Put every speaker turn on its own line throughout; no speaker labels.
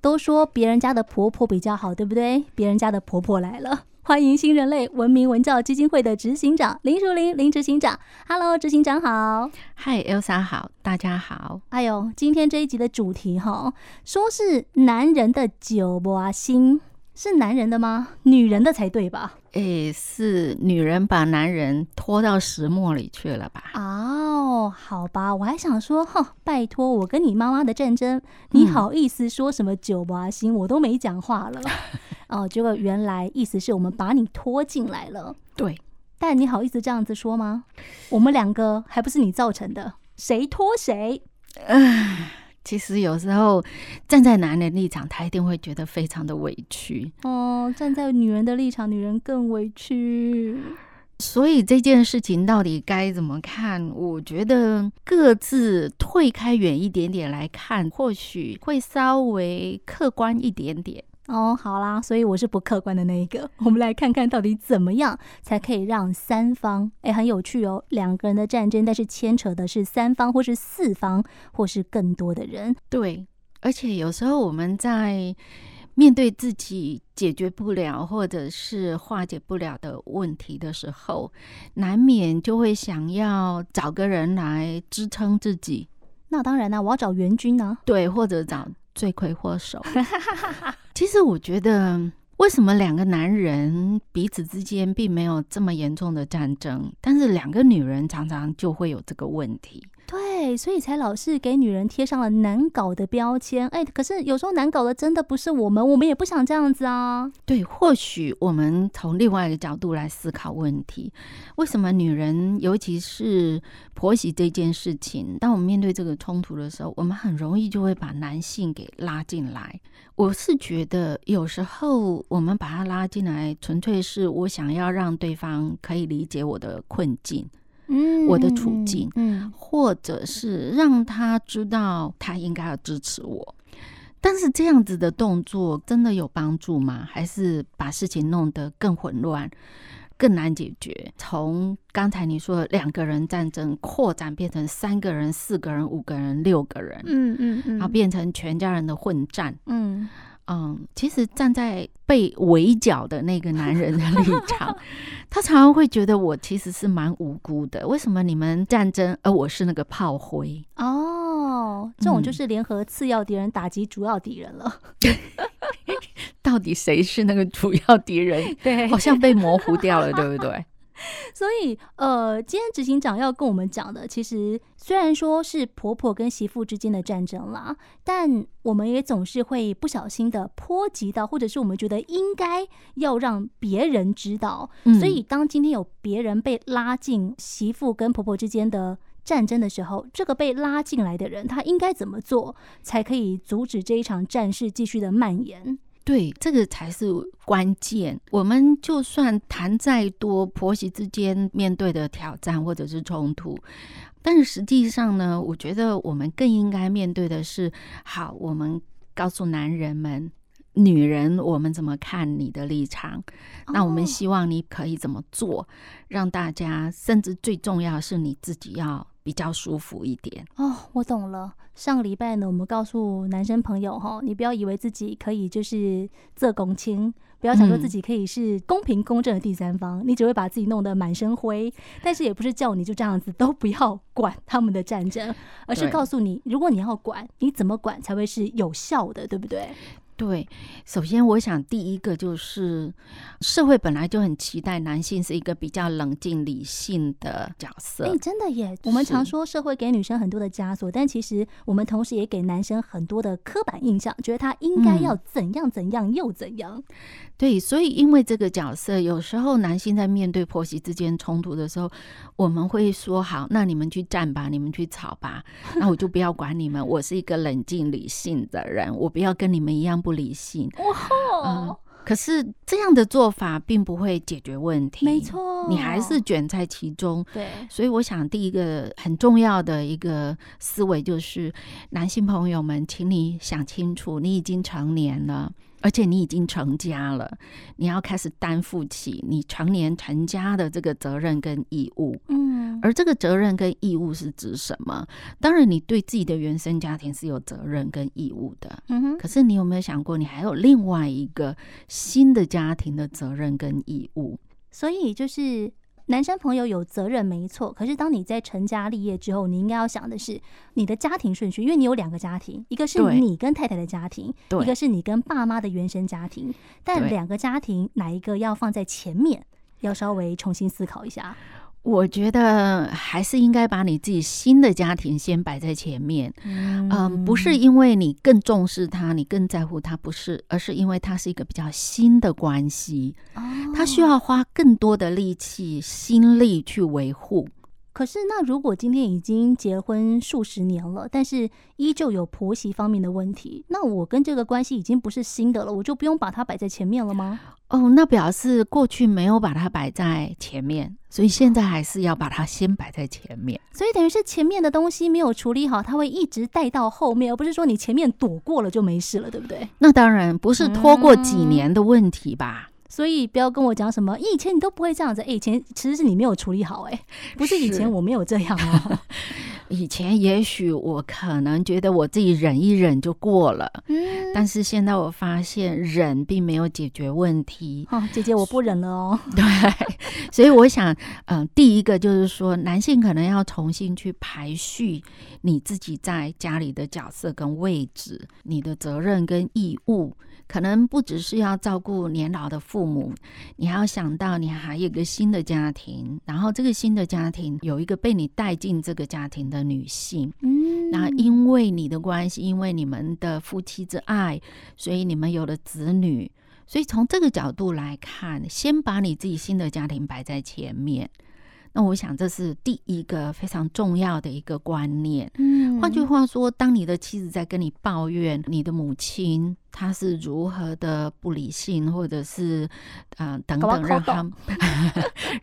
都说别人家的婆婆比较好，对不对？别人家的婆婆来了，欢迎新人类文明文教基金会的执行长林淑玲林执行长，Hello，执行长好。
嗨，Elsa 好，大家好。
哎呦，今天这一集的主题哈，说是男人的酒窝心，是男人的吗？女人的才对吧？
诶，哎是女人把男人拖到石磨里去了吧？
哦，好吧，我还想说，哈，拜托，我跟你妈妈的战争，你好意思说什么酒吧心，我都没讲话了。哦，结果原来意思是我们把你拖进来了，
对，
但你好意思这样子说吗？我们两个还不是你造成的，谁拖谁？
其实有时候站在男人立场，他一定会觉得非常的委屈。
哦，站在女人的立场，女人更委屈。
所以这件事情到底该怎么看？我觉得各自退开远一点点来看，或许会稍微客观一点点。
哦，好啦，所以我是不客观的那一 个。我们来看看到底怎么样才可以让三方，哎，很有趣哦，两个人的战争，但是牵扯的是三方或是四方或是更多的人。
对，而且有时候我们在面对自己解决不了或者是化解不了的问题的时候，难免就会想要找个人来支撑自己，
那当然啦、我要找援军啊呢、
对，或者找罪魁祸首。其实我觉得。为什么两个男人彼此之间并没有这么严重的战争，但是两个女人常常就会有这个问题？
对，所以才老是给女人贴上了难搞的标签。哎，可是有时候难搞的真的不是我们，我们也不想这样子啊。
对，或许我们从另外一个角度来思考问题：为什么女人，尤其是婆媳这件事情，当我们面对这个冲突的时候，我们很容易就会把男性给拉进来。我是觉得有时候我们把他拉进来，纯粹是我想要让对方可以理解我的困境，
嗯
我的处境
嗯，
或者是让他知道他应该要支持我。但是这样子的动作真的有帮助吗？还是把事情弄得更混乱、更难解决？从刚才你说的两个人战争扩展变成三个人、四个人、五个人、六个人，
嗯嗯嗯，
然后变成全家人的混战。
嗯，
嗯，其实站在被围剿的那个男人的立场，他常常会觉得我其实是蛮无辜的。为什么你们战争，而我是那个炮灰？
哦，这种就
嗯
是联合次要敌人打击主要敌人了。
到底谁是那个主要敌人？
对
好像被模糊掉了，对不对？
所以，呃，今天执行长要跟我们讲的，其实虽然说是婆婆跟媳妇之间的战争啦，但我们也总是会不小心的波及到，或者是我们觉得应该要让别人知道。
嗯
所以，当今天有别人被拉进媳妇跟婆婆之间的战争的时候，这个被拉进来的人，他应该怎么做，才可以阻止这一场战事继续的蔓延？
对，这个才是关键。我们就算谈再多婆媳之间面对的挑战或者是冲突，但是实际上呢，我觉得我们更应该面对的是，好，我们告诉男人们。女人，我们怎么看你的立场？那我们
哦
希望你可以怎么做，让大家，甚至最重要是你自己要比较舒服一点。
哦，我懂了。上礼拜呢，我们告诉男生朋友哈，你不要以为自己可以就是这公卿，不要想说自
嗯
己可以是公平公正的第三方，你只会把自己弄得满身灰。但是也不是叫你就这样子都不要管他们的战争，而是
对
告诉你，如果你要管，你怎么管才会是有效的，对不对？
对，首先我想第一个就是社会本来就很期待男性是一个比较冷静理性的角
哎、
色，
真的耶！我们常
是
说社会给女生很多的枷锁，但其实我们同时也给男生很多的刻板印象，觉得他应该
嗯
要怎样怎样又怎样。
对，所以因为这个角色，有时候男性在面对婆媳之间冲突的时候，我们会说好，那你们去战吧，你们去吵 吧，那我就不要管你们，我是一个冷静理性的人，我不要跟你们一样不理性。
哇吼！
嗯可是这样的做法并不会解决问题，
没，错，
你还是卷在其中，
对，
所以我想，第一个很重要的一个思维就是，男性朋友们，请你想清楚，你已经成年了，而且你已经成家了，你要开始担负起你常年成家的这个责任跟义务。
嗯，
而这个责任跟义务是指什么？当然，你对自己的原生家庭是有责任跟义务的。
嗯哼，
可是，你有没有想过，你还有另外一个新的家庭的责任跟义务？
所以就是男生朋友有责任没错，可是当你在成家立业之后，你应该要想的是你的家庭顺序，因为你有两个家庭，一个是
对
你跟太太的家庭，
对
一个是你跟爸妈的原生家庭，但
对
两个家庭哪一个要放在前面，要稍微重新思考一下。
我觉得还是应该把你自己新的家庭先摆在前面。嗯，不是因为你更重视他，你更在乎他，不是，而是因为他是一个比较新的关系，
哦，
他需要花更多的力气、心力去维护。
可是，那如果今天已经结婚数十年了，但是依旧有婆媳方面的问题，那我跟这个关系已经不是新的了，我就不用把它摆在前面了吗？
哦，那表示过去没有把它摆在前面，所以现在还是要把它先摆在前面。
所以等于是前面的东西没有处理好，它会一直带到后面，而不是说你前面躲过了就没事了，对不对？
那当然不是拖过几年的问题吧？
所以不要跟我讲什么以前你都不会这样子，哎、以前其实是你没有处理好、哎，不是以
是
前我没有这样 啊。
以前也许我可能觉得我自己忍一忍就过了，
嗯，
但是现在我发现忍并没有解决问题，
好、姐姐，我不忍了哦。
所以我想，嗯、第一个就是说，男性可能要重新去排序你自己在家里的角色跟位置，你的责任跟义务，可能不只是要照顾年老的父母，你还要想到你还有一个新的家庭，然后这个新的家庭有一个被你带进这个家庭的女性，
嗯
那因为你的关系，因为你们的夫妻之爱，所以你们有了子女。所以从这个角度来看，先把你自己新的家庭摆在前面。那我想这是第一个非常重要的一个观念。
嗯
换句话说，当你的妻子在跟你抱怨你的母亲她是如何的不理性，或者是呃等
搞不好
等
扣
让她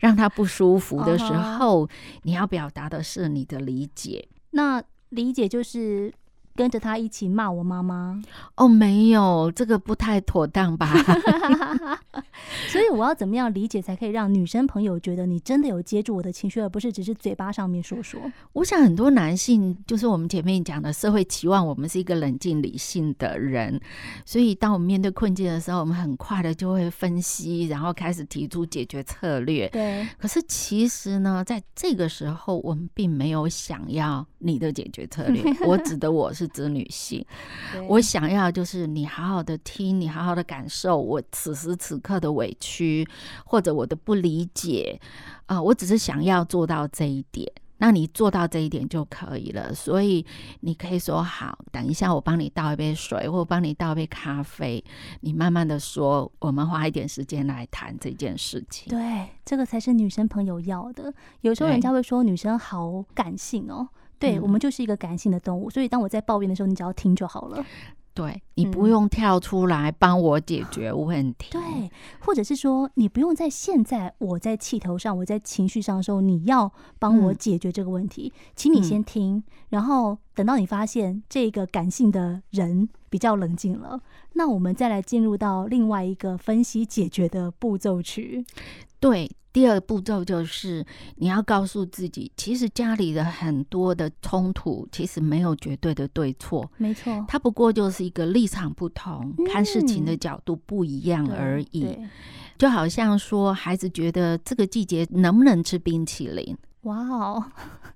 让她不舒服的时
啊哈
候，你要表达的是你的理解。
那理解就是跟着他一起骂我妈妈。
哦，没有，这个不太妥当吧？
所以我要怎么样理解才可以让女生朋友觉得你真的有接住我的情绪，而不是只是嘴巴上面说说？
我想很多男性，就是我们前面讲的，社会期望我们是一个冷静理性的人，所以当我们面对困境的时候，我们很快的就会分析，然后开始提出解决策略。
对，
可是其实呢，在这个时候，我们并没有想要你的解决策略。我指的我是指女性，我想要就是你好好的听，你好好的感受我此时此刻的委屈或者我的不理解，啊、我只是想要做到这一点。那你做到这一点就可以了，所以你可以说好，等一下我帮你倒一杯水，或帮你倒一杯咖啡，你慢慢的说，我们花一点时间来谈这件事情。
对，这个才是女生朋友要的。有时候人
对
家会说女生好感性哦。对，
嗯
我们就是一个感性的动物，所以当我在抱怨的时候，你只要听就好了。
对你
嗯
不用跳出来帮我解决问题。
对，或者是说，你不用在现在我在气头上，我在情绪上的时候，你要帮我
嗯
解决这个问题，请你先听，然后等到你发现这个感性的人比较冷静了，那我们再来进入到另外一个分析解决的步骤去。
对，第二步骤就是你要告诉自己，其实家里的很多的冲突其实没有绝对的对错，
没错，
它不过就是一个立场不同、看事情的
嗯
角度不一样
对
而已。
对
就好像说，孩子觉得这个季节能不能吃冰淇淋，
哇哦，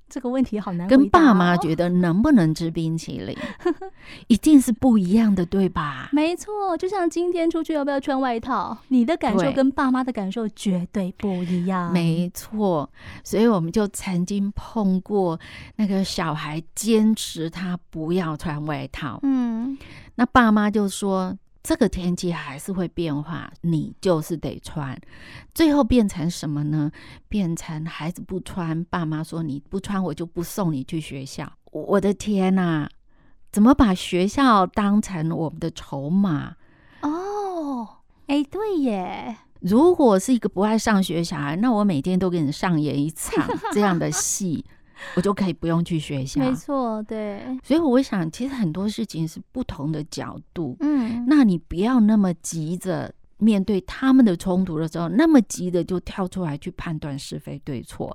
这个问题好难、哦。
跟爸妈觉得能不能吃冰淇淋， 一定是不一样的，对吧？
没错，就像今天出去要不要穿外套，你的感受
对
跟爸妈的感受绝对不一样。
没错，所以我们就曾经碰过那个小孩坚持他不要穿外套，
嗯，
那爸妈就说这个天气还是会变化，你就是得穿。最后变成什么呢？变成孩子不穿，爸妈说你不穿我就不送你去学校。我我的天呐、怎么把学校当成我们的筹码？
哦，哎，对耶，
如果是一个不爱上学的小孩，那我每天都给你上演一场这样的戏，我就可以不用去学 校。
没错，对，
所以我想，其实很多事情是不同的角度。
嗯，
那你不要那么急着面对他们的冲突的时候，那么急的就跳出来去判断是非对错。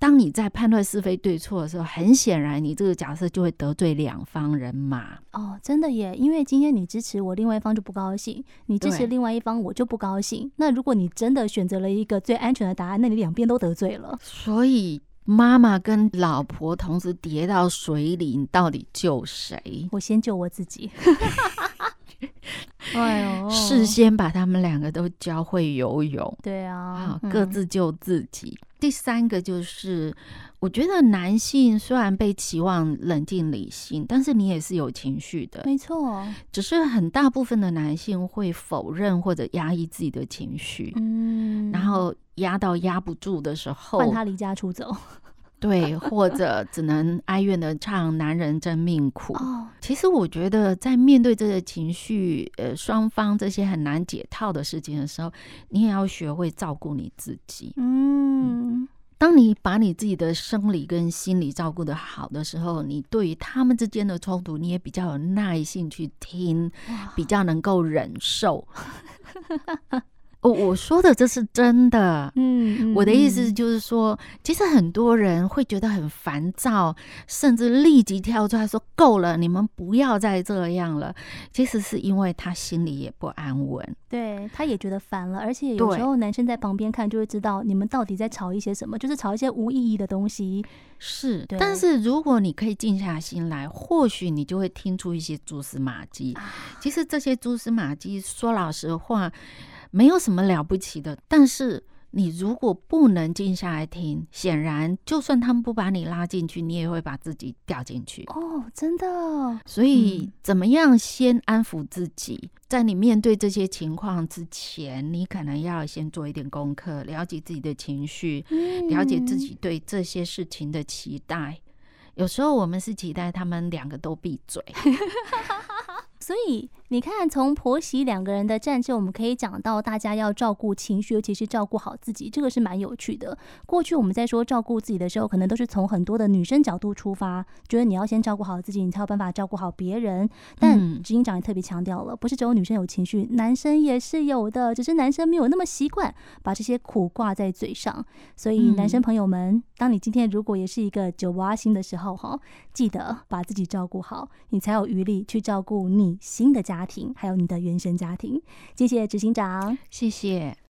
当你在判断是非对错的时候，很显然你这个假设就会得罪两方人马。
哦，真的耶，因为今天你支持我，另外一方就不高兴；你支持
对
另外一方，我就不高兴。那如果你真的选择了一个最安全的答案，那你两边都得罪 了。
所以妈妈跟老婆同时跌到水里，你到底救谁？
我先救我自 己。哎呦，
事先把他们两个都教会游泳。
对
啊
啊，，
各
嗯
自救自己。第三个就是，我觉得男性虽然被期望冷静理性，但是你也是有情绪的，
没错，
只是很大部分的男性会否认或者压抑自己的情绪，
嗯，
然后压到压不住的时候，
换他离家出走。
对，或者只能哀怨的唱“男人真命苦”
哦，
其实我觉得，在面对这个情绪，呃，双方这些很难解套的事情的时候，你也要学会照顾你自己。
嗯，
当你把你自己的生理跟心理照顾的好的时候，你对于他们之间的冲突，你也比较有耐性去听，
哇
比较能够忍受。哦，我说的这是真的。
嗯，
我的意思
嗯
就是说，其实很多人会觉得很烦躁，甚至立即跳出来说：“够了，你们不要再这样了。”其实是因为他心里也不安稳。
对，他也觉得烦了，而且有时
对
候男生在旁边看就会知道你们到底在吵一些什么，就是吵一些无意义的东西。
是
对，
但是如果你可以静下心来，或许你就会听出一些蛛丝马迹。
啊
其实这些蛛丝马迹，说老实话，没有什么了不起的。但是你如果不能静下来听，显然就算他们不把你拉进去，你也会把自己掉进去。
哦，真的，
所以
嗯，
怎么样先安抚自己？在你面对这些情况之前，你可能要先做一点功课，了解自己的情绪，了解自
嗯
己对这些事情的期待。有时候我们是期待他们两个都闭嘴，
所以你看，从婆媳两个人的战争，我们可以讲到大家要照顾情绪，尤其是照顾好自己，这个是蛮有趣的。过去我们在说照顾自己的时候，可能都是从很多的女生角度出发，觉得你要先照顾好自己，你才有办法照顾好别人。但
嗯
执行长也特别强调了，不是只有女生有情绪，男生也是有的，只是男生没有那么习惯把这些苦挂在嘴上。所以，男生
嗯
朋友们，当你今天如果也是一个九八星的时候，哈，记得把自己照顾好，你才有余力去照顾你新的家庭，还有你的原生家庭。谢谢执行长。
谢谢。